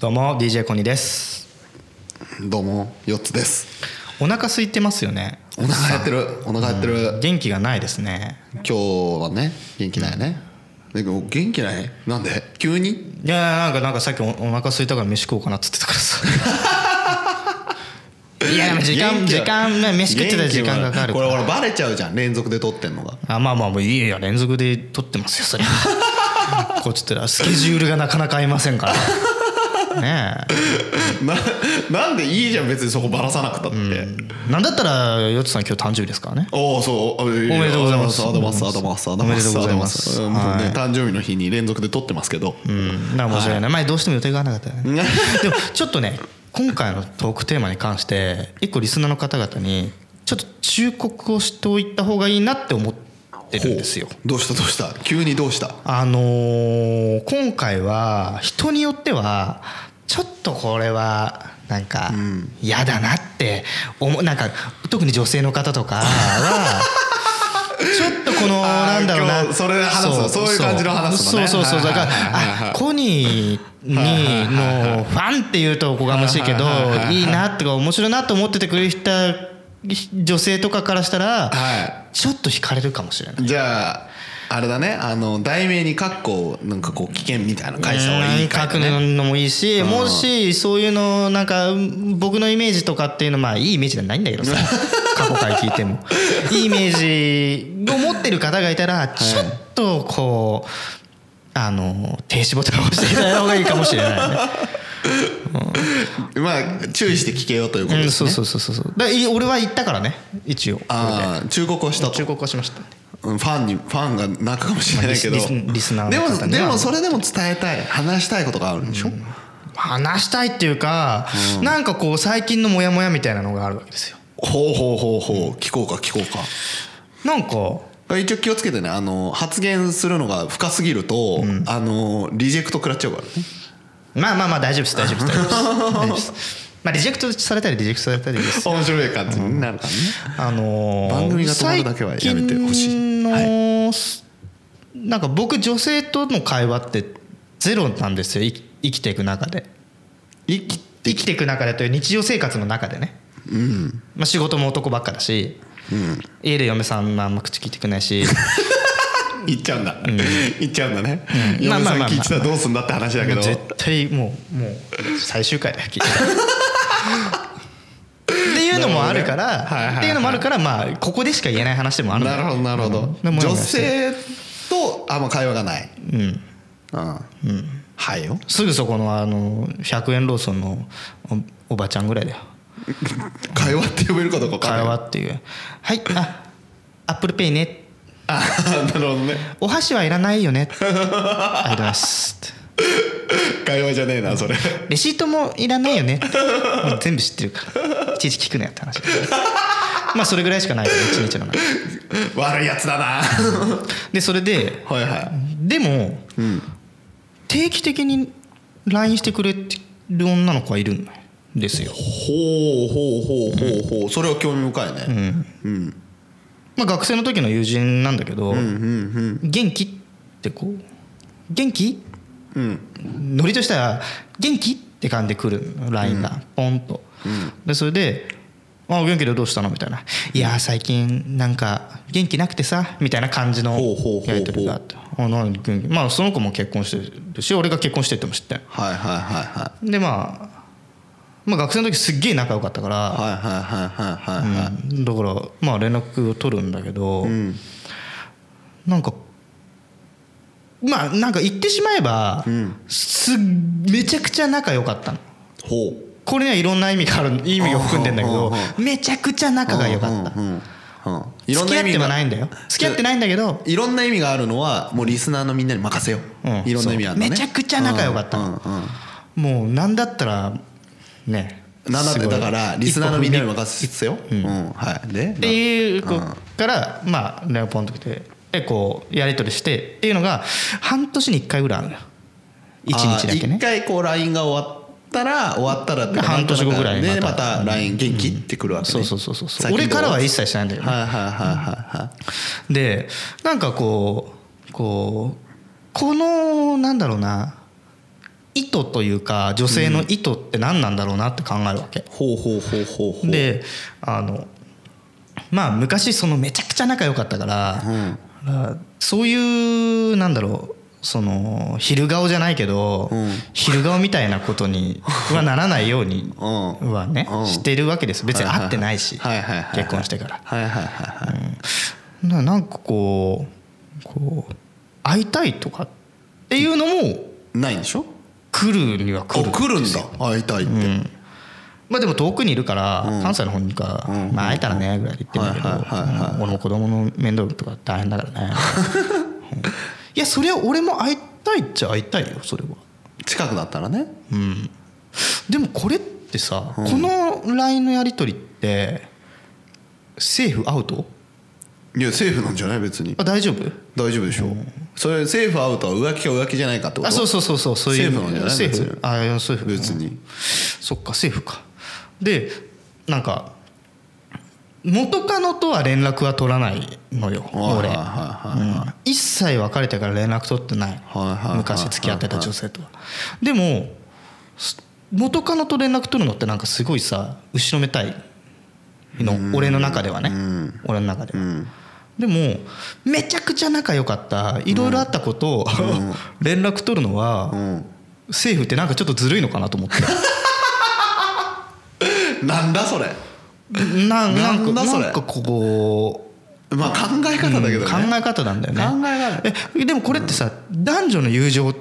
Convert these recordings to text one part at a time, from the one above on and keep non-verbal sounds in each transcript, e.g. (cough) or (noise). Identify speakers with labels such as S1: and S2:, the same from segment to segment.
S1: どうも DJ コニーです
S2: どうも4つです
S1: お腹空いてますよね
S2: お腹減ってるお腹減ってる、
S1: 元気がないですね
S2: 今日はね元気ないね、だけど元気ないなんで急に
S1: いやなんかなんかさっきおお腹空いたから飯食おうかなっつってたからさ (laughs) いやでも時間
S2: 元気
S1: 時
S2: は
S1: 間ね飯食ってたら時間
S2: 元
S1: が
S2: 気
S1: かか
S2: は
S1: るか
S2: これ
S1: ら
S2: 俺バレちゃうじゃん連続で撮ってんのが
S1: あまあまあもういいや連続で撮ってますよそれ (laughs) はこっちってのはスケジュールがなかなか合いませんから (laughs) ね
S2: な (laughs) なんでいいじゃん別にそこばらさなくたって、
S1: えなんだったらよつさん今日誕生日ですからね
S2: おおそうおめ
S1: おめでとうございます
S2: アドバスアドバスア
S1: お
S2: ドバス
S1: めでとうございます
S2: アドバスもうね
S1: はい
S2: 誕生日の日に連続で撮ってますけど、
S1: うんなんか面白いね前どうしても予定が合わなかったよねでもちょっとね今回のトークテーマに関して一個リスナーの方々にちょっと忠告をしておいた方がいいなって思ってるんですよ
S2: ほうどうしたどうした急にどうした
S1: あのー今回は人によってはちょっとこれはなんか嫌だなって思うなんか特に女性の方とか
S2: (laughs)
S1: はちょっとこの
S2: あー
S1: なんだろう
S2: 今
S1: な
S2: 日それで話すのそういう感じの話すのね
S1: そうそうそうだから
S2: はいはいはいはい
S1: あコニーにのファンっていうとおこがましいけど
S2: はいはいはいはい
S1: いいなとか面白いなと思っててくれた女性とかからしたら
S2: はい
S1: ちょっと惹かれるかもしれない。
S2: じゃああれだねあの題名に括弧なんかこう危険みたいなの書いた方がいいか
S1: 書くのもいいし、
S2: ん
S1: もしそういうのなんかうん僕のイメージとかっていうのはまあいいイメージではないんだけ (laughs) どさ過去回聞いてもいいイメージを持ってる方がいたらちょっとこう、あの停止ボタンを押していただいた方がいいかもしれ (laughs) ないね。
S2: まあ注意して聞けよということ
S1: うん、
S2: です
S1: そう
S2: ね、
S1: そうそうそうそう。だからい俺は言ったからね一応。
S2: ああ忠告をしたと
S1: 忠告をしました、ね。
S2: うんファンにファンが泣くかもしれないけど、
S1: まあリスリスリスナー
S2: で
S1: の方
S2: も
S1: に
S2: で
S1: は
S2: もそれでも伝えたい話したいことがあるんでしょ、
S1: 話したいっていうか、なんかこう最近のモヤモヤみたいなのがあるわけですよ。
S2: ほうほうほうほう、聞こうか聞こうか
S1: なんか。
S2: 一応気をつけてねあの発言するのが深すぎると、あのリジェクト食らっちゃうからね
S1: まあまあまあ大丈夫です大丈
S2: (laughs)
S1: 夫です大丈夫です大丈夫ですまあリジェクトされたりリジェクトされたりです
S2: 面白い感じになるからね、
S1: あのー
S2: 番組が止まるだけはやめてほしい
S1: 最近の、なんか僕女性との会話ってゼロなんですよい生きていく中で
S2: 生き
S1: 生きていく中でという日常生活の中でね、まあ、仕事も男ばっかだし、家で嫁さんもあんま口聞いてくれないし
S2: (laughs) 言っちゃうんだ、言っちゃうんだね、
S1: うんまあ
S2: 嫁
S1: ま
S2: さ
S1: あ
S2: ん
S1: まあ
S2: 聞いてたらどうすんだって話だけ
S1: も
S2: ど
S1: う絶対もうもう最終回だよ聞いてた
S2: (laughs)
S1: っていうのもあるから
S2: なるほどねはいはいはい
S1: っていうのもあるからまあここでしか言えない話でもあるんだ
S2: なる
S1: よ
S2: ほどなるほど、
S1: うん
S2: 女性とあんま会話がない
S1: うん
S2: うん、はいよ
S1: すぐそこのあの100円ローソンのおおばちゃんぐらいだよ
S2: 会話って呼べるかどうか分かんない
S1: 会話っていう「はいあアップルペイね
S2: あ (laughs) なるほどね
S1: お箸はいらないよ
S2: (laughs)
S1: ね」ありがとうございますって」
S2: 会話じゃねえな
S1: (laughs)
S2: それ
S1: レシートもいらないよねもう全部知ってる
S2: (laughs)
S1: からいちいち聞くなよって話まあそれぐらいしかないから一日の中で
S2: 悪いやつだなは
S1: でそれで
S2: いは
S1: でも、定期的に LINE してくれてる女の子がいるんですよ、
S2: いほうほうほうほうほう、それは興味深いね、
S1: まあ、学生の時の友人なんだけど「元気?」ってこう「元気?」ノリとしたら「元気?」って感じで来るの LINE がポンと、でそれで「あ元気でどうしたの?」みたいな「いやー最近なんか元気なくてさ」みたいな感じの
S2: ほうほうほうほう
S1: やり取りがあって「あ何元気?」まあその子も結婚してるし俺が結婚してっても知ってん
S2: はいはいはいは
S1: でまあまあ学生の時すっげえ仲良かったから、
S2: いはいはいはいはいはい
S1: うんだからまあ連絡を取るんだけど、なんかまあなんか言ってしまえば、すっめちゃくちゃ仲良かったの
S2: ほう
S1: これにはいろんな意味がある意味を含んでんだけ
S2: うん
S1: ど
S2: うん
S1: めちゃくちゃ仲が良かった、
S2: うんうんうんい
S1: 付
S2: ろん
S1: き合
S2: な意
S1: っ
S2: 味
S1: て
S2: が
S1: はないんだよ付き合ってないんだけど、
S2: いろんな意味があるのはもうリスナーのみんなに任せよう、
S1: うん
S2: いろんな意味あるのね
S1: そうめちゃくちゃ仲良かった
S2: うんう
S1: の
S2: んうん
S1: もう何だったらね
S2: なんだっ
S1: す
S2: て
S1: ごい
S2: だからリスナーのみんな
S1: 一
S2: に
S1: 歩踏み
S2: 任せてよ、うんはい、で
S1: っていう子からまあ連絡ポンと来てでこうやり取りしてっていうのが半年に1回ぐらいあるのよ1日だけ
S2: あー一
S1: ね
S2: 回こう LINE が終わったら終わったらっていうか
S1: 半年後ぐらいに
S2: で
S1: ま
S2: ま
S1: た
S2: た LINE 元気ってくるわけね
S1: そうそうそうそう
S2: 最近ど
S1: 俺
S2: う
S1: からは
S2: はい
S1: 一切しないんだよね、
S2: はいはいはいはい
S1: でなんかこうこうこのなんだろうな一図というか女性の意図って何なんだろうなって考えるわけ。
S2: ほうほうほうほうほう
S1: であのまあ昔そのめちゃくちゃ仲良かったから、
S2: うん
S1: あそういうなんだろうその昼顔じゃないけど、
S2: うん
S1: 昼顔みたいなことにはならないように
S2: うん
S1: はね、
S2: (laughs) うん
S1: してるわけです別に会ってないし、
S2: はいはいはいはい
S1: 結婚してから。
S2: はいはいはいはい
S1: ななんかこうこう会いたいとかっていうのも
S2: ないんでしょ
S1: 来るには来
S2: あ
S1: る
S2: 来るんだ会いたいって、
S1: まあでも遠くにいるから
S2: ん
S1: 関西の方にか
S2: うん
S1: まあ会えたらねぐらいで言ってるんだけ
S2: はいはいはいは
S1: ど
S2: い
S1: うん俺も子供の面倒とか大変だからねう
S2: (laughs)
S1: んいやそりゃ俺も会いたいっちゃ会いたいよそれは
S2: 近くなったらね
S1: うんでもこれってさこの LINE のやり取りって政府アウト
S2: いやセーフなんじゃない別に
S1: あ大丈夫
S2: 大丈夫でしょ、それセーフアウトは浮気か浮気じゃないかってこと
S1: あそう
S2: そ
S1: そうそうそうそういう
S2: 政府なんじゃない
S1: 政府
S2: 別
S1: あいや政府
S2: 別に
S1: そっか政府かでなんか元カノとは連絡は取らないのよ
S2: はい
S1: 俺、
S2: はいはいはい
S1: うん一切別れてから連絡取ってない,、
S2: はいはいはい
S1: 昔付き合ってた女性とはでもす元カノと連絡取るのってなんかすごいさ後ろめたいの俺の中ではね
S2: ん
S1: 俺の中では、
S2: うん
S1: でもめちゃくちゃ仲良かったいろいろあったことを (laughs) 連絡取るのは、
S2: うん
S1: 政府ってなんかちょっとずるいのかなと思って
S2: なんだそれ
S1: なな
S2: なんん
S1: か
S2: だそれ
S1: なんかこ
S2: まあ考え方だけ
S1: う
S2: どね、
S1: 考え方なんだよね
S2: 考え方
S1: えでもこれってさ男女の友情っ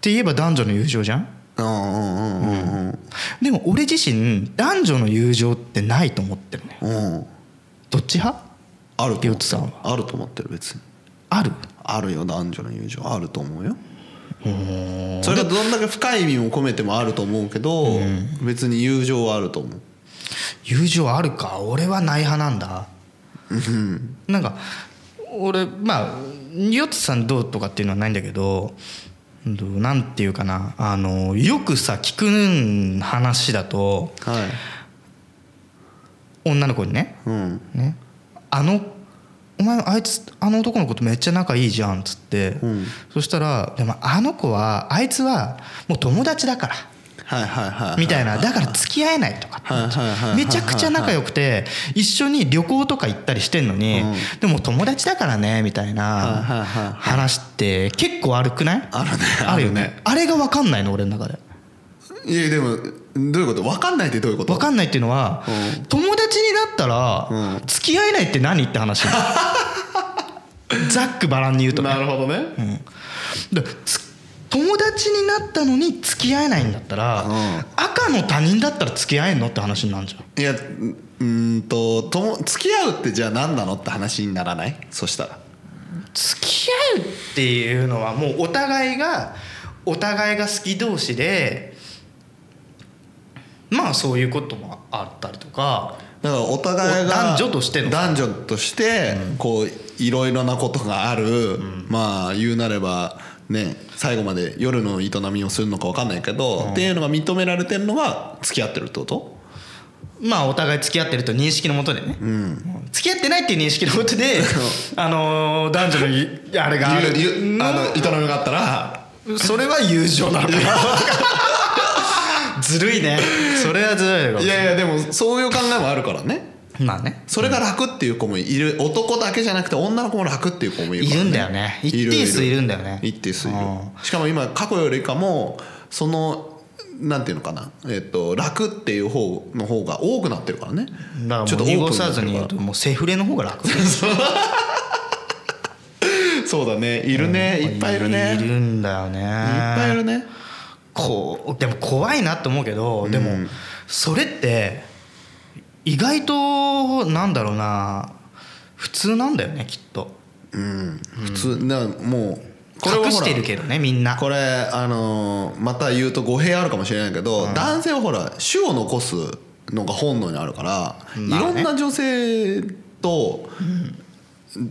S1: て言えば男女の友情じゃん
S2: うんうんうんうんうん
S1: でも俺自身男女の友情ってないと思ってるね
S2: うん
S1: どっち派
S2: あると
S1: ゆ
S2: 思
S1: う
S2: う
S1: つさんは
S2: あると思ってる別に
S1: ある
S2: あるよ男女の友情あると思うよそれがどんだけ深い意味を込めてもあると思うけど別に友情はあると思う
S1: 友情あるか俺はない派なんだなんか俺まあヨッツさんどうとかっていうのはないんだけどうんとなんていうかなあのよくさ聞く話だと
S2: はい
S1: 女の子にね
S2: うん
S1: ね、あのお前あいつあの男の子とめっちゃ仲いいじゃんっつって、
S2: ん
S1: そしたらでもあの子はあいつはもう友達だから
S2: はいはいはい
S1: みたい
S2: な
S1: なだから付き合えないとか
S2: はいはいはいはい
S1: めちゃくちゃ仲良くて一緒に旅行とか行ったりしてんのに、
S2: うん
S1: でも友達だからねみたい
S2: はいはい
S1: な
S2: はいはい
S1: 話って結構悪くない
S2: あるね
S1: あるよねあれが分かんないの俺の中で
S2: いやでもどういうこと分かんないってどういうこと
S1: 分かんないっていうのは、
S2: うん
S1: 友達になったら
S2: う
S1: 付き合えないって何って
S2: (laughs)
S1: 話ざっくばらんに言うとね
S2: なるほどね
S1: だつ友達になったのに付き合えないんだったら、
S2: うん
S1: 赤の他人だったら付き合えんのって話になるじゃん
S2: いやうーんととも付き合うってじゃあ何なのって話にならないそしたら
S1: 付き合うっていうのはもうお互いがお互いが好き同士でまあそういうこともあったりとか
S2: だからお互いが
S1: 男女としての
S2: 男女としてこういろいろなことがある、まあ言うなればね最後まで夜の営みをするのか分かんないけど、っていうのが認められてるのが付き合ってるってこと
S1: まあお互い付き合ってると認識のもとでね、付き合ってないっていう認識のもとであのー男女のいあれがある
S2: ゆゆあの営みがあったら
S1: それは友情なのかな (laughs) ずるいねそれはずるいのか
S2: い
S1: も
S2: やいやでもそういう考えもあるからね
S1: まあね
S2: それが楽っていう子もいる男だけじゃなくて女の子も楽っていう子もいる
S1: い
S2: から、
S1: るんだよね一
S2: いる
S1: 定数いるんだよね
S2: 一定数いる
S1: う
S2: しかも今過去よりかもそのなんていうのかな、えっと楽っていう方の方が多くなってるからね
S1: だから
S2: ちょっ
S1: も
S2: と
S1: う
S2: オー
S1: 濁
S2: プン
S1: さずに言うともうセフレの方が楽
S2: そうだねいるね、いっぱいいるね
S1: い
S2: いっ
S1: るんだよねいっ
S2: ぱいいるね
S1: こうでも怖いなと思うけどでもそれって意外となんだろうな普通なんだよねきっと
S2: うん普通なもうは
S1: 隠
S2: ほ
S1: し
S2: ら
S1: てるけどねみんな
S2: これあのーまた言うと語弊あるかもしれないけど、男性はほら種を残すのが本能にあるから、
S1: まあね
S2: いろんな女性と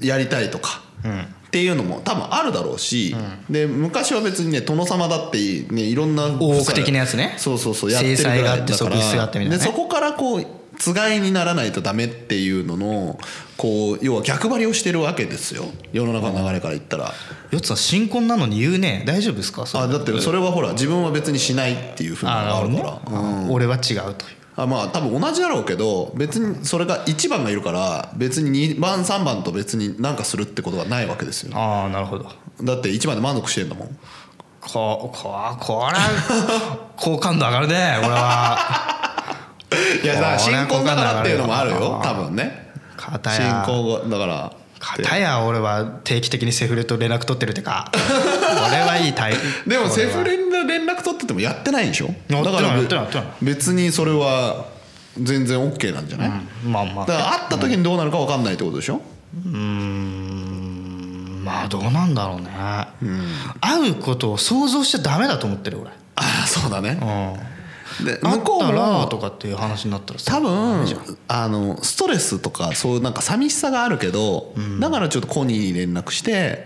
S2: やりたいとか。
S1: うん
S2: っていうのも多分あるだろうし、で昔は別にね殿様だってい,、ね、いろんな
S1: 大奥的なやつね
S2: そうそうそうやってる
S1: 制裁
S2: ぐ
S1: があ
S2: ら
S1: っ
S2: い
S1: て
S2: だから
S1: 側室があってみたいなね
S2: でそこからこうつがいにならないとダメっていうののこう要は逆張りをしてるわけですよ世の中の流れから言ったら、
S1: よっつさん新婚なのに言うね大丈夫ですかそれ
S2: あだってそれはほら自分は別にしないっていうふうに
S1: あな
S2: あ
S1: る
S2: る
S1: ほど
S2: か
S1: ね
S2: ら、うん
S1: 俺は違うという
S2: あまあ多分同じだろうけど別にそれが1番がいるから別に2番3番と別に何かするってことがないわけですよ
S1: ああなるほどか
S2: だって1番で満足してんだもん
S1: ここれは好感度上がるね (laughs) 俺はい
S2: やだから
S1: これ
S2: 新
S1: は
S2: 婚だからっていうのもある
S1: 好
S2: よ
S1: 感度上がる
S2: 多分ね
S1: 片
S2: 新
S1: や
S2: 婚だから
S1: 片や俺は定期的にセフレと連絡取ってるってか (laughs) 俺はいいタイ (laughs) プ
S2: でもセフ
S1: レ
S2: レの連絡取っててもやってないんでしょ
S1: や
S2: だ
S1: ってない
S2: から
S1: やってないやってない
S2: 別にそれは全然 OK なんじゃない、
S1: まあま
S2: だ
S1: あ
S2: から会った時にどうなるか分かんないってことでしょ
S1: うーんまあどうなんだろうね、会うことを想像しちゃダメだと思ってる俺、
S2: ああそうだねで
S1: あ
S2: 向こう
S1: ったら
S2: も
S1: とかっていう話になったらさ
S2: 多分あのストレスとかそういうなんか寂しさがあるけど、だからちょっとコニーに連絡して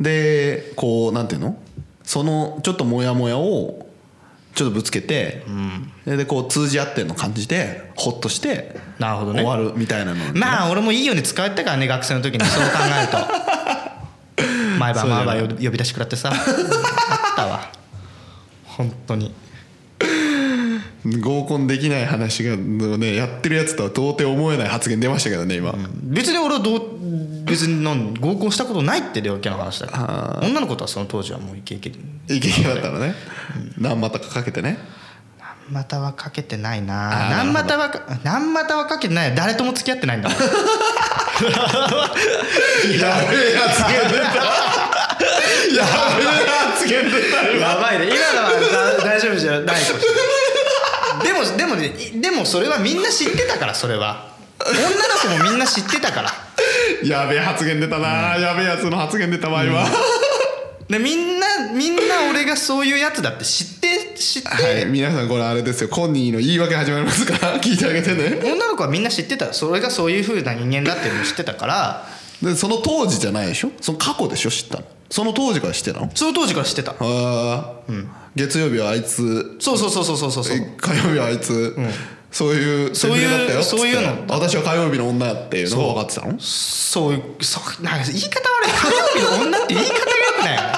S2: でこうなんていうのそのちょっとモヤモヤをちょっとぶつけて、ででこう通じ合ってるの感じてホッとして
S1: なるほどね
S2: 終わるみたいなのに
S1: まあ俺もいいように使えたからね学生の時にそう考えると (laughs) 毎
S2: そう
S1: 晩
S2: だよ
S1: 毎
S2: ね
S1: 晩呼び呼び出し食らってさあったわ本当に
S2: 合コンできない話がねやってるやつとは到底思えない発言出ましたけどね今、
S1: 別に俺はどう別に何合コンしたことないって領域の話だから女の子とはその当時はもうイケイケ
S2: いけいけだったらね何股かかけてね
S1: 何股はかけてないな
S2: あー
S1: 何股はか何股はかけてない誰とも付き合ってないんだもん
S2: やべえ発言出た (laughs) やべえ発言出た
S1: (laughs) やばいね今のは大丈夫じゃないかもしれないでもでもねいでもそれはみんな知ってたからそれは女の子もみんな知ってたから
S2: やべえ発言出たな、やべえやつの発言出た場合は、
S1: でみんなみんな俺がそういうやつだって知って知って、
S2: はい皆さんこれあれですよコニーの言い訳始まりますから (laughs) 聞いてあげてね
S1: 女の子はみんな知ってたそれがそういうふうな人間だっていうのを知ってたから
S2: でその当時じゃないでしょその過去でしょ知ったのその当時から知ってたの
S1: その当時から知ってた
S2: あー、月曜日はあいつ
S1: そうそうそうそうそうそうそう
S2: 火曜日はあいつ、そういう
S1: そういう
S2: セフレだったよ
S1: そういうの
S2: つって私は火曜日の女っていうのが分かってたの
S1: そういうそうなんか言い方悪い火曜日の女って言い方が良く
S2: (laughs)
S1: ないよね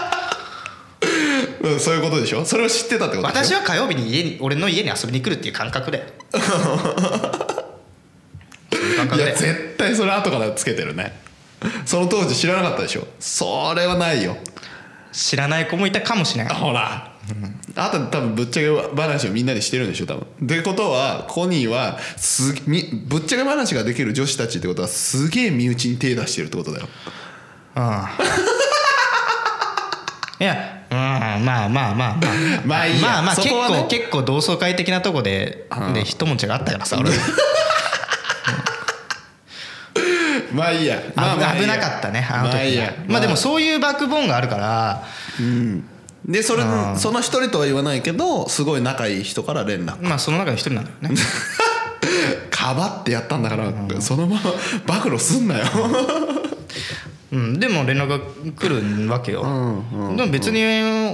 S2: そう,、ん、そういうことでしょそれを知ってたってことでし
S1: 私
S2: ょ
S1: は火曜日に家に俺の家に遊びに来るっていう感覚
S2: (laughs)
S1: でそういう感覚
S2: い
S1: で
S2: や絶対それ後からつけてるねその当時知らなかったでしょそれはないよ
S1: 知らない子もいたかもしれない
S2: ほら、あと多分ぶっちゃけ話をみんなでしてるんでしょ多分ってことはコニーはすみぶっちゃけ話ができる女子たちってことはすげえ身内に手出してるってことだよ
S1: うん
S2: (laughs)
S1: いやうんまあまあまあまあ
S2: まあいいや
S1: まあまあ
S2: そ
S1: 結
S2: こは
S1: 構、
S2: ね
S1: 結構同窓会的なとこで
S2: うん
S1: で一文字があったからさ俺
S2: まあい
S1: (laughs)
S2: いや,、まあ、まあいい
S1: 危
S2: や
S1: なかったねあの
S2: ま
S1: 時
S2: あいい
S1: は
S2: や
S1: まあでもそういうバックボーンがあるから
S2: でそれその一人とは言わないけどすごい仲いい人から連絡
S1: まあその中の一人なんだよね
S2: かばってやったんだから、そのまま暴露すんなよ
S1: うんでも連絡が来るわけよでも別に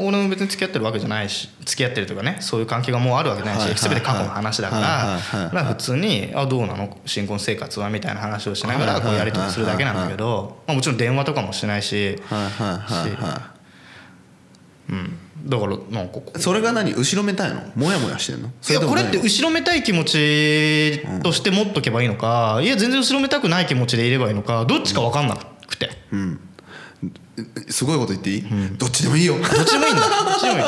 S1: 俺も別に付き合ってるわけじゃないし付き合ってるとかねそういう関係がもうあるわけじゃない
S2: はいはい
S1: し
S2: はい
S1: 全て過去の話だから
S2: はいはいはい
S1: だから普通に「あどうなの新婚生活は?」みたいな話をしなが
S2: は
S1: ら
S2: い
S1: こ
S2: は
S1: う
S2: いはい
S1: やり取りするだけなんだけどまあもちろん電話とかもしないし
S2: はいはいはいは
S1: だからなんかこう
S2: いそれが何後ろめたいのモヤモヤしてんのそ
S1: いや
S2: とも
S1: これ
S2: な
S1: って後ろめたい気持ちとして持っとけばいいのかいや全然後ろめたくない気持ちでいればいいのかどっちか分かんなくて
S2: すごいこと言っていい、どっちでもいいよ
S1: どっちでもいいんだどっちでもいい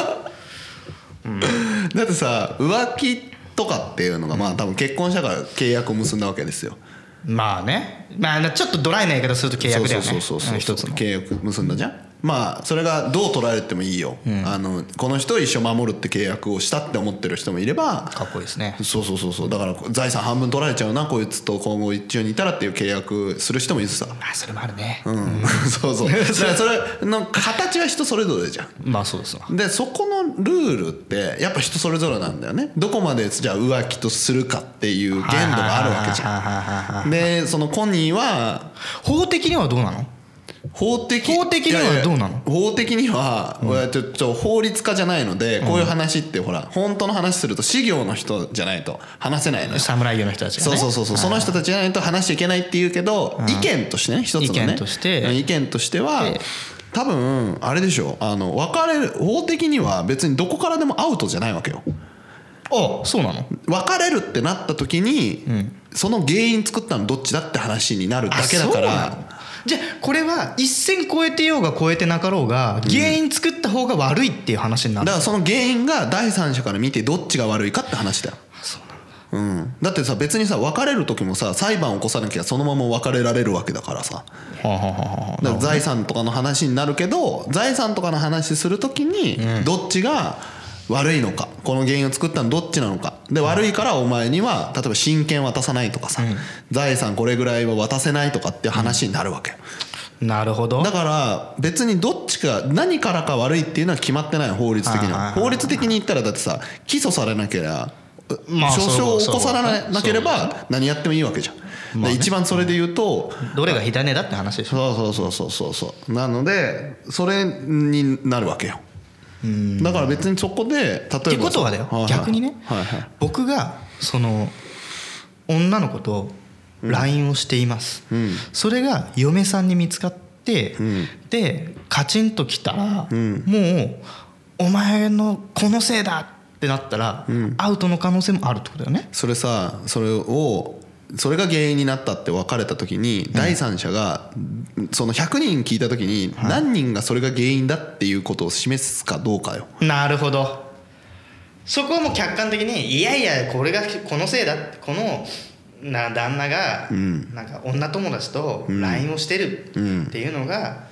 S2: (laughs) だってさ浮気とかっていうのがまあ多分結婚したから契約を結んだわけですよ
S1: まあねまあちょっとドライな言い方すると契約だよね
S2: そうそうそうそう
S1: うん一つの
S2: 契約結んだじゃんまあそれがどう捉えてもいいよ、あのこの人を一生守るって契約をしたって思ってる人もいれば
S1: かっこいいですね
S2: そうそうそうそうだから財産半分取られちゃうなこいつと今後一緒にいたらっていう契約する人もいるしさ
S1: まあそれもあるね
S2: うん (laughs) そうそうだからそれの形は人それぞれじゃん
S1: まあそうですわ
S2: でそこのルールってやっぱ人それぞれなんだよねどこまでじゃあ浮気とするかっていう限度があるわけじゃ
S1: ゃん
S2: んでそのコニーは
S1: 法的にはどうなの
S2: 法的
S1: 法的にはい
S2: やいや
S1: どうなの
S2: 法的には、いやちょちょ法律家じゃないのでこういう話ってほら、本当の話すると私業の人じゃないと話せないのよ
S1: 侍業の人たちが
S2: そう
S1: ね
S2: そうそうそうその人たちじゃないと話しちゃいけないって言うけど意見としてね一つのね
S1: 意見として
S2: うん意見としては
S1: で
S2: 多分あれでしょあの別れる法的には別にどこからでもアウトじゃないわけよ
S1: あそうなの
S2: 別れるってなった時に、その原因作ったのどっちだって話になるだけだか
S1: あそうなの
S2: ら
S1: じゃあこれは一線超えてようが超えてなかろうが原因作った方が悪いっていう話にな
S2: だ
S1: る
S2: からその原因が第三者から見てどっちが悪いかって話だようん、だってさ別にさ別れる時もさ裁判起こさなきゃそのまま別れられるわけだからさ
S1: はあはあはあはあ
S2: だから財産とかの話になるけど財産とかの話するときにどっちが悪いのかこの原因を作ったのどっちなのかで悪いからお前には例えば親権渡さないとかさ財産これぐらいは渡せないとかっていう話になるわけよ
S1: なるほど
S2: だから別にどっちか何からか悪いっていうのは決まってない法律的
S1: は
S2: に
S1: いはい
S2: は
S1: はい
S2: 法律的に言ったらだってさ起訴されなければ
S1: まあ
S2: 訴訟を
S1: そう
S2: 起こさ
S1: そ
S2: れ
S1: う
S2: なければ何やってもいいわけじゃんで一番それで言うと
S1: どれが火種だって話でしょ
S2: そうそうそうそうそうそうなのでそれになるわけよだから別にそこで例えば
S1: ってことはだよ、
S2: いい
S1: 逆にね、
S2: はいはい
S1: 僕がその女の子と LINE をしています、
S2: ん
S1: それが嫁さんに見つかって、
S2: ん
S1: でカチンときたら、
S2: ん
S1: もうお前のこのせいだってなったら、アウトの可能性もあるってことだよね
S2: それさそれをそれが原因になったって別れた時に第三者がその100人聞いた時に何人がそれが原因だっていうことを示すかどうかよ
S1: なるほどそこはもう客観的にいやいやこれがこのせいだってこのな旦那が
S2: ん
S1: なんか女友達と LINE をしてる
S2: うん
S1: っていうのが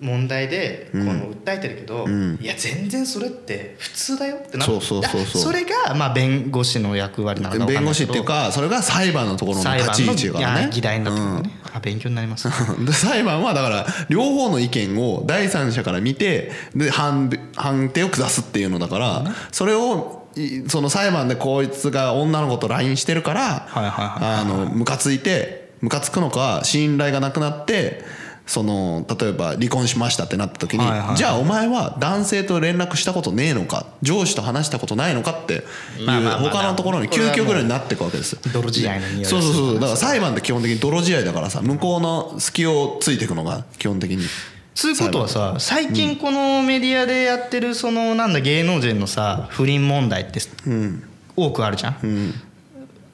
S1: 問題でこの訴えてるけど、
S2: ん
S1: いや全然それって普通だよってな
S2: そうそうそうそう
S1: あれがまあ弁護士の役割なのかわかん
S2: 弁
S1: な
S2: 護
S1: い
S2: 士
S1: け
S2: っ
S1: ど
S2: ていうかそれが裁判のところの
S1: 裁
S2: 立ち位置
S1: 判
S2: が
S1: の、
S2: ね
S1: いや議題になってく
S2: う
S1: る
S2: ん
S1: ね、あ勉強になり
S2: (laughs)
S1: ます
S2: で裁判はだから両方の意見を第三者から見てで判判定を下すっていうのだからそれをいその裁判でこいつが女の子と LINE してるから
S1: はいはいはい
S2: あのムカついてムカつくのか信頼がなくなってその例えば離婚しましたってなった時に、
S1: はいはい
S2: じゃあお前は男性と連絡したことねえのか上司と話したことないのかっていう
S1: まあまあまあ
S2: 他のところに究極ぐらいになっていくわけですよ。
S1: 泥仕合の匂いがす
S2: そ
S1: る
S2: うそうそうだから裁判って基本的に泥仕合だからさ向こうの隙をついていくのが基本的に
S1: つうことはさ最近このメディアでやってるそのなんだ芸能人のさ不倫問題って
S2: うん
S1: 多くあるじゃん、
S2: うん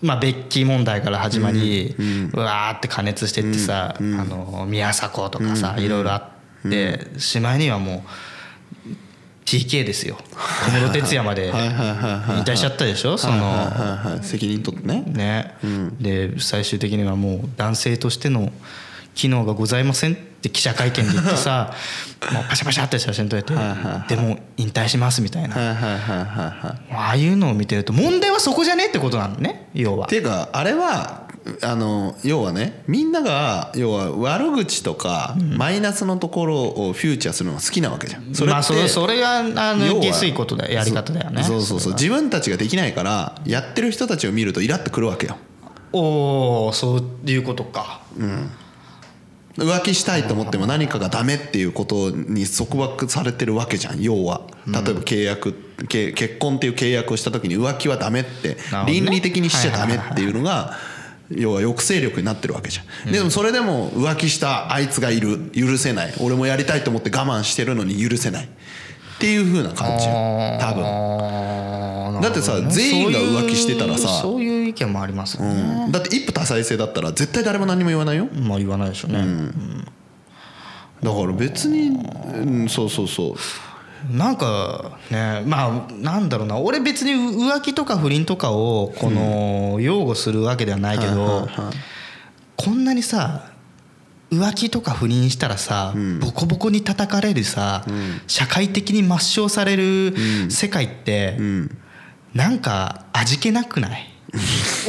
S1: まあ、ベッキー問題から始まり、うわーって加熱してってさ、あの宮迫とかさ、いろいろあって、しまいにはもう TK ですよ小室哲哉まで引
S2: (laughs) はいはいはいはい
S1: 退しちゃったでしょそ
S2: はい
S1: の
S2: はいはい責任取ってね
S1: ね、で最終的にはもう男性としての機能がございませんって記者会見で言って
S2: (laughs)
S1: さもうパシャパシャって写真撮れて、
S2: はいはいはい
S1: でも引退しますみたいな、
S2: はいはいはいはいはい
S1: ああいうのを見てると問題はそこじゃねってことなのね要は
S2: っていうかあれはあの要はねみんなが要は悪口とかマイナスのところをフューチャーするのが好きなわけじゃんそれ
S1: まあ、
S2: っ
S1: それ
S2: て
S1: それがあの
S2: 要は
S1: 下水ことだよやり方だよね
S2: そうそうそう
S1: れは
S2: 自分たちができないからやってる人たちを見るとイラってくるわけよ
S1: おおそういうことか
S2: 浮気したいと思っても何かがダメっていうことに束縛されてるわけじゃん要は例えば契約け結婚っていう契約をした時に浮気はダメって
S1: なるほどね
S2: 倫理的にしちゃダメっていうのが要は抑制力になってるわけじゃんでもそれでも浮気したあいつがいる許せない俺もやりたいと思って我慢してるのに許せないっていう風な感じよ多分
S1: あー
S2: だってさ全員が浮気してたらさ
S1: そういうそういう意見もありますよね、
S2: だって一夫多妻制だったら絶対誰も何も言わないよ
S1: まあ言わないでしょうね、
S2: だから別にうんそうそうそう
S1: なんかねまあなんだろうな俺別に浮気とか不倫とかをこの擁護するわけではないけどこんなにさ浮気とか不倫したらさボコボコに叩かれるさ社会的に抹消される世界って
S2: うん
S1: なんか味気なくない (laughs)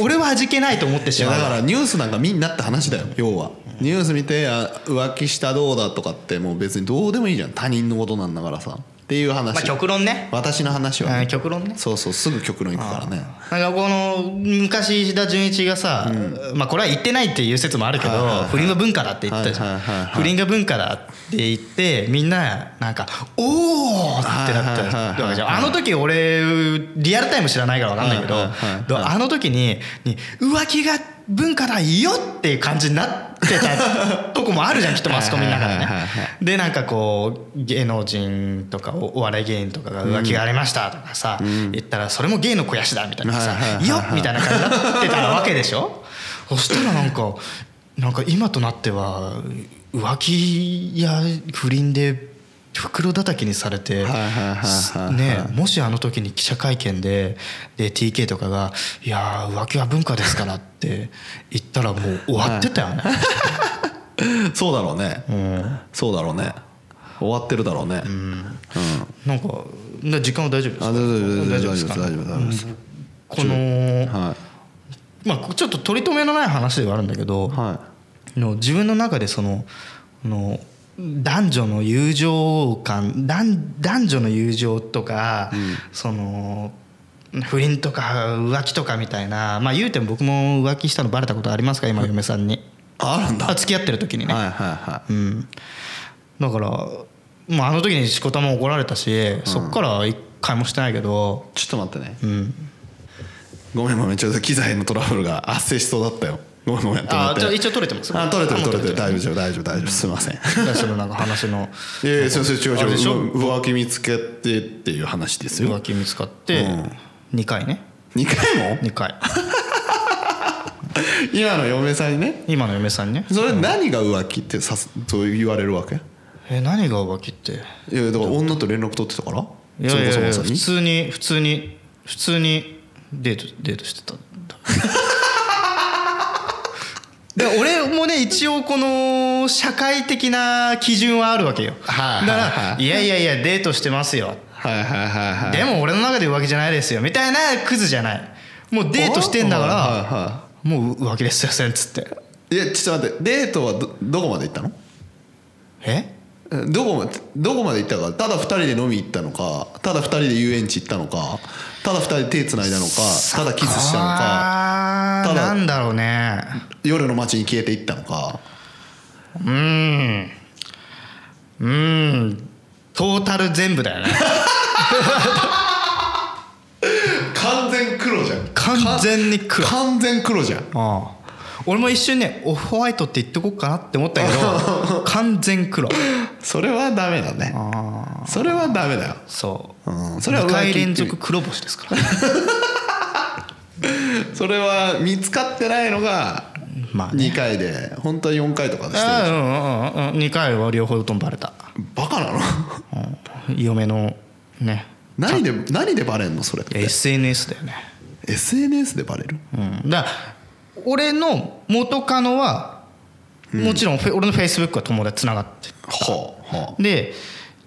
S1: 俺は味気ないと思って
S2: い
S1: し
S2: や
S1: ま
S2: だ
S1: う
S2: からニュースなんか見んなって話だよ要はニュース見てあ浮気したどうだとかってもう別にどうでもいいじゃん他人のことなんだからさっていう話、
S1: まあ極論ね
S2: 私の話は、
S1: うん極論ね
S2: そうそうすぐ極論いくからね
S1: なんかこの昔石田純一がさ、まあこれは言ってないっていう説もあるけど、
S2: はいはいはい
S1: 不倫の文化だって言ってたじゃん、
S2: はいはいはいはい
S1: 不倫が文化だって言ってみんななんか「おお!」ってなった
S2: はいはいはいはい
S1: わけじゃんあの時俺リアルタイム知らないから分かんないけど、
S2: はいはいはいはい
S1: あの時にに浮気が文化だよっていう感じになってたとこもあるじゃんきっとマスコミの中で
S2: はいはいはい
S1: ね
S2: はいは。
S1: でなんかこう芸能人とかおお笑い芸人とかが浮気がありましたとかさ、言ったらそれも芸の肥やしだみたいなさ
S2: はいはい
S1: 「
S2: はい
S1: よ
S2: は
S1: っ!」
S2: い
S1: みたいな感じになってたわけでし
S2: (laughs)
S1: ょそしたらなんかなんか今となっては浮気や不倫で袋叩きにされて
S2: はいはいはいはい
S1: ねもしあの時に記者会見でで TK とかが「いやー浮気は文化ですから」って (laughs) 言ったらもう終わってたよね。
S2: そうだろうね、そうだろうね終わってるだろうね、
S1: なんかな時間は大丈夫ですか
S2: あ大丈夫
S1: 大丈
S2: 大丈
S1: 夫で
S2: 夫ですす
S1: か
S2: 大丈夫大丈夫です、
S1: この、
S2: は
S1: まあ、ちょっと取り留めのない話ではあるんだけど、
S2: いはい
S1: の自分の中でそのあの男女の友情感男男女の友情とか、その不倫とか浮気とかみたいな、まあ、言うても僕も浮気したのバレたことありますか今嫁さんに
S2: あるんだ
S1: あ付き合ってる時にね、
S2: はいはいは
S1: う
S2: い
S1: ん、だから、まあ、あの時にしこたま怒られたし、そっから一回もしてないけど、
S2: ちょっと待ってね
S1: うん、
S2: ごめんごめんちょっと機材のトラブルが発生しそうだったよごめんごめん
S1: あ
S2: と
S1: じゃあ
S2: 思って
S1: 一応取れてます
S2: あ取れてる
S1: あもう
S2: 取れてる大丈夫大丈夫大丈夫すいません (laughs) い
S1: だからそのなんか話の
S2: やいや先生違う
S1: あれでし
S2: 違
S1: ょ
S2: うう浮気見つけてっていう話ですよ
S1: 浮気見つかって
S2: うん
S1: 2回ね
S2: 2回も
S1: 2回
S2: 今の嫁さんにね
S1: 今の嫁さんにね
S2: それ何が浮気ってさすそう言われるわけ
S1: え何が浮気ってい
S2: いやだから女と連絡取ってたから
S1: やいやいや
S2: そもそもさ
S1: 普
S2: に
S1: 通に普通に普通にデートデートしてたんだで俺もね一応この社会的な基準はあるわけよだ
S2: はいはい
S1: から「いやいやいやデートしてますよ」
S2: はいはいはいはい
S1: でも俺の中で浮気じゃないですよみたいなクズじゃないもうデートしてんだ
S2: はい
S1: か
S2: は
S1: らもう浮気ですよせんっつって
S2: いいやちょっと待ってデートはどどこまで行ったの
S1: え
S2: えどこまどこまで行ったかただ2人で飲み行ったのかただ2人で遊園地行ったのかただ2人で手つないだのかただキスしたのか
S1: あー
S2: ただ
S1: なんだろうね
S2: 夜の街に消えていったのか
S1: うーんうーんトータル全部だよね
S2: (laughs) 完全黒じゃん
S1: 完全に黒
S2: 完全黒じゃん
S1: ああ俺も一瞬ねオフホワイトって言っとこうかなって思ったけ
S2: (laughs)
S1: ど完全黒
S2: それはダメだね
S1: ああ
S2: それはダメだよ
S1: そう、
S2: うんそれは浮
S1: 2
S2: 気
S1: 回連続黒星です
S2: (laughs)
S1: から
S2: それは見つかってないのが
S1: まあね
S2: 2回で本当は4回とかでしてるじゃん
S1: ああうんうんうん2回は両方ともバレた、
S2: バカなの (laughs)
S1: うん、嫁のね
S2: 何で何でバレんのそれっ
S1: いや
S2: て
S1: SNS だよね
S2: SNS でバレる
S1: うん、だから俺の元カノはもちろんフェ、俺のフェイスブックは友達つながって
S2: はあは
S1: で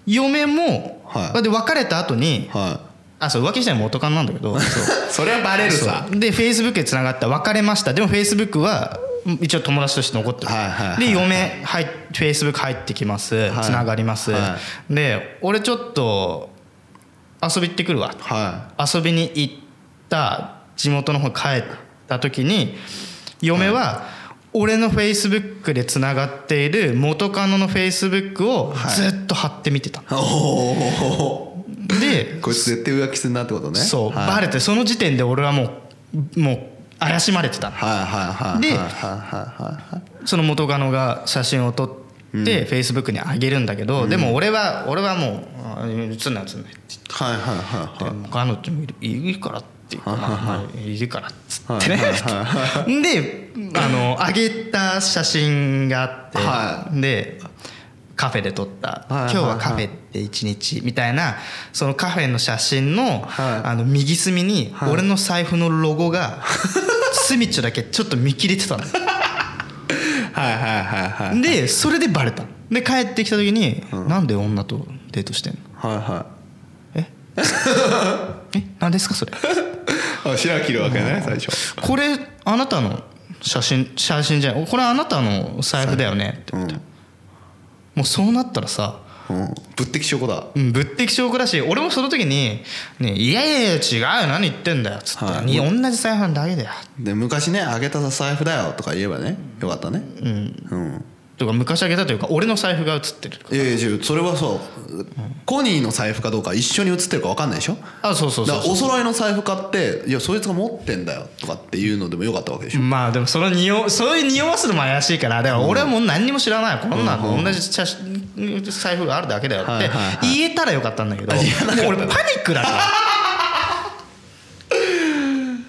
S1: 嫁も、
S2: はい
S1: で別れた後に
S2: あは
S1: あそう浮気したの元カノなんだけ
S2: (laughs)
S1: どそう
S2: いそれはバレるさ
S1: でフェイスブックでつながった別れましたでもフェイスブックはうん一応友達として残ってる、
S2: はいはいはい
S1: で嫁入っフェイスブック入ってきます
S2: はい
S1: つながります、
S2: は
S1: で俺ちょっと遊び行ってくるわ
S2: は
S1: 遊びに行った地元の方に帰った時に嫁は俺のフェイスブックでつながっている元カノのフェイスブックをずっと貼って見てた、
S2: いおお
S1: で
S2: こいつ絶対浮気するなってことね
S1: そう、
S2: はい
S1: バレてその時点で俺はもうもう怪しまれてた
S2: はいはいはい
S1: で
S2: はいはいはいはい
S1: その元カノが写真を撮ってフェイスブックに上げるんだけど、でも俺は俺はもう「写んない写んない」って
S2: はいはいはい
S1: 言
S2: は
S1: って「彼女もいるいるから」っていうか「まあまあいるから」っつってね
S2: はいはいは
S1: であの上げた写真があっ
S2: は
S1: て、でカフェで撮った「
S2: いは
S1: 今
S2: いはい
S1: 日はカフェで一日」みたいなそのカフェの写真の,、
S2: はい
S1: あの右隅に俺の財布のロゴ
S2: (laughs)
S1: がスミッチョだけちょっと見切れてたの。
S2: いはいはいはいはい
S1: でそれでバレたので帰ってきた時に、なんで女とデートしてんの
S2: はいは
S1: ええ何ですかそれ
S2: いあ白切るわけね最初
S1: これあなたの写真写真じゃないこれあなたの財布だよねって言って、もうそうなったらさ、
S2: うん物的証拠だ
S1: うん物的証拠だし俺もその時に「ね、いやいやいや違うよ何言ってんだよ」つって、
S2: はい
S1: いや同じ財布だけだよ
S2: で昔ねあげた財布だよとか言えばねよかったねうん」
S1: とか昔あげたというか俺の財布が写ってる
S2: いやいや違うそれはそうコニーの財布かどうか一緒に写ってるか分かんないでしょ
S1: あそうそうそ
S2: だか
S1: う
S2: らお揃いの財布買っていやそいつが持ってんだよとかっていうのでもよかったわけでしょ
S1: まあでもその匂いそういう匂わすのも怪しいからだから俺はもう何にも知らないこんなの同じ写真財布があるだけだよっ
S2: は
S1: て
S2: いはいは
S1: 言えたらよかったんだけど
S2: あ
S1: も
S2: 言えなかった
S1: う俺パニックだから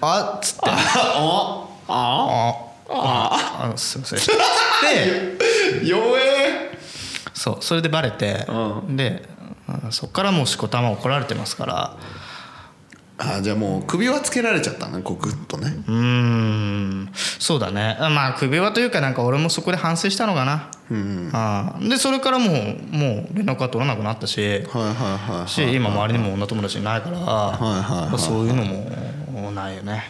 S2: (laughs)
S1: あっつって
S2: ああ
S1: あああすいませんで
S2: 弱え
S1: そうそれでバレて
S2: う
S1: であそっからもうしこたま怒られてますから
S2: あじゃあもう首輪つけられちゃったねこうグッとね
S1: うーんそうだねまあ首輪というかなんか俺もそこで反省したのかな、ああでそれからもうもう連絡は取らなくなったし
S2: はいはいはい
S1: し今周りにも女友達いないから、
S2: いはいはい
S1: まあそういうのもないよね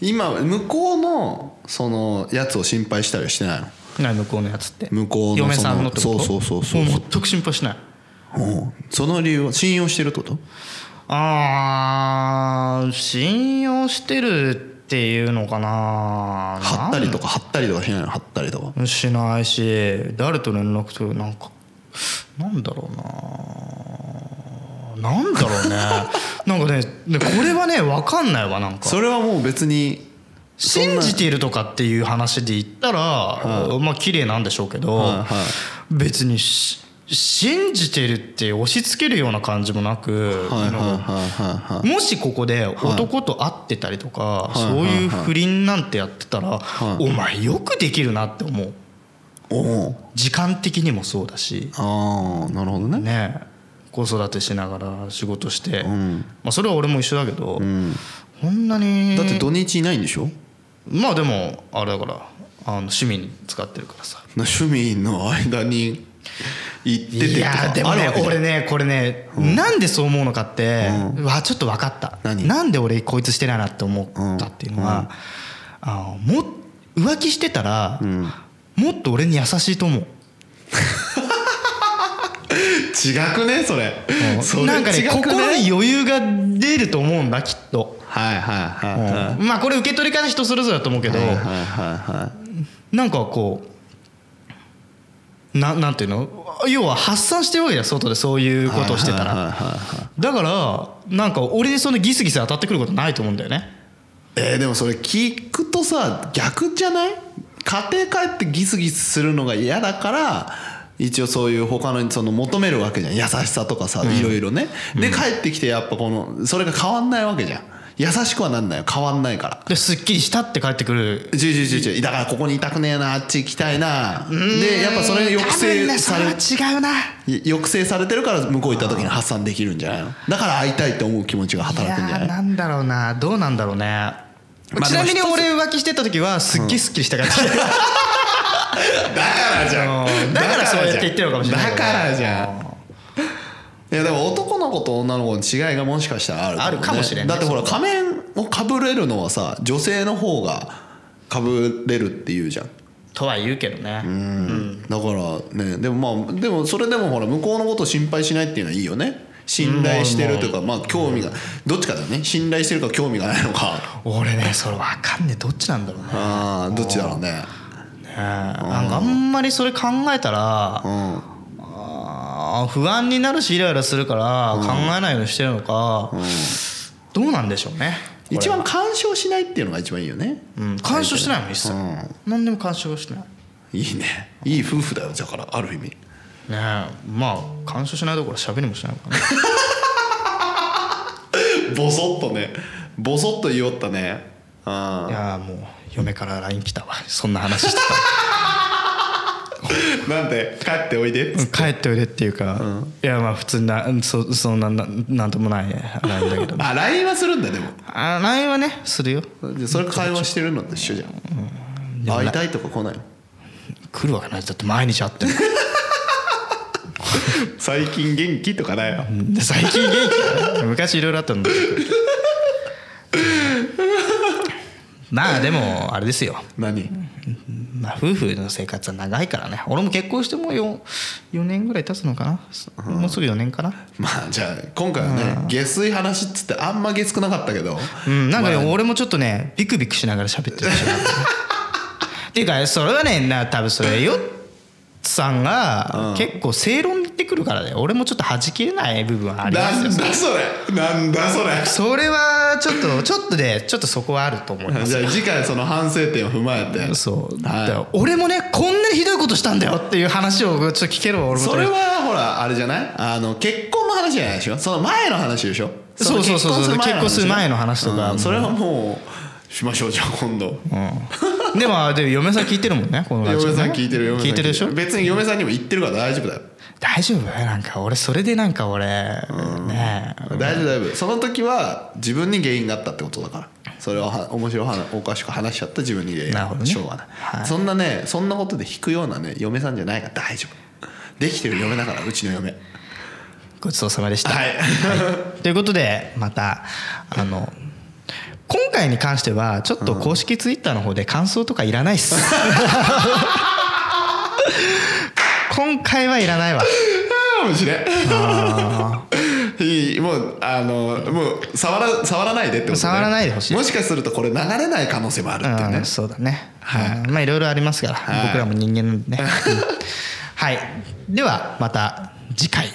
S2: 今向こうのそのやつを心配したりはしてないの
S1: 何向こうのやつって
S2: 向こうのその
S1: 嫁さんのってこと
S2: そうそうそうそう
S1: もう全く心配しない
S2: うんその理由は信用してるってこと
S1: あー信用してるっていうのかな
S2: 貼ったりとか貼ったりとかしないの貼ったりとか
S1: しないし誰と連絡取るなんかなんだろうななんだろ
S2: (laughs)
S1: うねなんかねねこれはね分かんないわなんか
S2: それはもう別にそん
S1: 信
S2: な
S1: じているとかっていう話で言ったら、まあ綺麗なんでしょうけど、
S2: はいは
S1: 別にし信じているって押し付けるような感じもなく、
S2: はいはい
S1: なんか
S2: はいはいはい
S1: もしここで男と会ってたりとか、そういう不倫なんてやってたら、お前よくできるなって思う
S2: おう
S1: 時間的にもそうだし
S2: ああなるほどね
S1: ね子育てしながら仕事して、
S2: ん
S1: まあ、それは俺も一緒だけど、
S2: うん
S1: こんなに
S2: だって土日いないんでしょ
S1: まあでもあれだからあの趣味に使ってるからさ
S2: な趣味の間に行っててって
S1: い
S2: い
S1: やーでもね俺ねこれね、なんでそう思うのかって、わちょっと分かった
S2: 何
S1: なんで俺こいつしてないなって思ったっていうのは、あのも浮気してたら、もっと俺に優しいと (laughs) 思う。
S2: 違くねそれそれ
S1: なんかね
S2: 違く
S1: 心に余裕が出ると思うんだきっと、
S2: はいはいはいはい
S1: まあこれ受け取り方人それぞれだと思うけど、
S2: はいはいはいはい
S1: なんかこうななんていうの要は発散してるわけだよ外でそういうことをしてた
S2: はいは
S1: ら
S2: いはいはい
S1: だからなんか俺にそんなギスギス当たってくることないと思うんだよね
S2: えーでもそれ聞くとさ逆じゃない家庭帰ってギスギスするのが嫌だから一応そういう他のその求めるわけじゃん優しさとかさいろいろね、で帰ってきてやっぱこのそれが変わんないわけじゃん優しくはなんないよ変わんないから
S1: で「すっきりした」って帰ってくる
S2: ちょいちょいちょいちょいだからここにいたくねえなあっち行きたいなでやっぱそれが抑制され
S1: 多分ねそれは違うな
S2: 抑制されてるから向こう行った時に発散できるんじゃないのだから会いたいって思う気持ちが働くん
S1: い
S2: じ
S1: や
S2: ゃ
S1: ー
S2: ない
S1: なんだろうなどうなんだろうね、
S2: あ
S1: ちなみに
S2: でも一つ
S1: 俺浮気してた時はすっげえすっきりした感じ、
S2: だからじゃ
S1: うん (laughs) だからそうやって言ってるのかもしれないけ
S2: だ
S1: ど
S2: からじゃんいやでも男の子と女の子の違いがもしかしたらある
S1: あるかもしれんね
S2: だってほら仮面をかぶれるのはさ女性の方がかぶれるっていうじゃん
S1: とは言うけどね、
S2: だからねでもまあでもそれでもほら向こうのことを心配しないっていうのはいいよね信頼してるというかまあ興味がどっちかだよね信頼してるか興味がないのか
S1: 俺ねそれ分かんねえどっちなんだろうね
S2: あーどっちだろうね
S1: ねなんかあんまりそれ考えたら、
S2: うん
S1: あー不安になるしイライラするから考えないようにしてるのか、どうなんでしょうね
S2: 一番干渉しないっていうのが一番いいよね
S1: うん干渉しないもん一切、
S2: うん
S1: 何でも干渉しないね
S2: いいねいい夫婦だよだからある意味
S1: えまあ干渉しないどころ喋りもしないのかな
S2: ボソッとねボソッと言おったねあ
S1: いやーもう嫁から LINE 来たわそんな話して (laughs) たら
S2: なんで帰っておいでっ
S1: う
S2: つっ
S1: ん
S2: て
S1: 帰っておいでっていうか、いやまあ普通なうんそそんなななんともない LINE だけど
S2: あ LINE はするんだでも
S1: あ LINE はねするよ
S2: でそれ会話してるのと一緒じゃん、会いたいとか来ないの
S1: 来るわけないだって毎日会ってる
S2: 最近元気とかだよ
S1: で最近元気だね昔いろいろあったんだけどまあでもあれですよ
S2: 何
S1: まあ、夫婦の生活は長いからね俺も結婚してもう 4, 4年ぐらい経つのかなそもうすぐ4年かな、
S2: まあじゃあ今回はね下水話っつってあんま下水くなかったけど、
S1: うん、なんかね、
S2: まあ
S1: 俺もちょっとねビクビクしながら喋ってるでしょっていうかそれはねな多分それよっさんが結構正論言ってくるからね俺もちょっと弾けない部分はありま
S2: な
S1: す
S2: ん
S1: よ
S2: だそれなんだそれ
S1: それはちょっとちょっとねちょっとそこはあると思います
S2: じゃあ次回その反省点を踏まえて
S1: そう、
S2: はい
S1: だから俺もねこんなにひどいことしたんだよっていう話をちょっと聞けるわ俺も
S2: それはほらあれじゃないあの結婚の話じゃないでしょその前の話でしょ
S1: そうそうそうそう
S2: の
S1: 結婚する前の
S2: 話
S1: 話とか、
S2: うんそれはもうしましょうじゃあ今度
S1: でもでも嫁さん聞いてるもんねこのラジオね
S2: 嫁さん聞いてる嫁さん
S1: 聞いてるでしょ
S2: 別に嫁さんにも言ってるから大丈夫だよ
S1: 大丈夫なんか俺それでなんか俺ねえ
S2: 大丈夫大丈夫その時は自分に原因があったってことだからそれをは面白い話おかしく話しちゃった自分に原因
S1: なるほどね
S2: しょうがない、
S1: はい
S2: そんなねそんなことで引くようなね嫁さんじゃないから大丈夫できてる嫁だからうちの嫁
S1: ごちそうさまでした、
S2: はい
S1: ということでまたあの今回に関してはちょっと公式ツイッターの方で感想とかいらない
S2: (laughs)
S1: っす今回はいらないわ
S2: かもしれん。いいもうあのもう触ら触らないでってこと、ね、
S1: 触らないでほしい
S2: もしかするとこれ流れない可能性もあるっていう
S1: う
S2: ね
S1: ん、そうだね、うんまあいろいろありますから、(laughs)
S2: い
S1: 僕らも人間なんでねうんはいではまた次回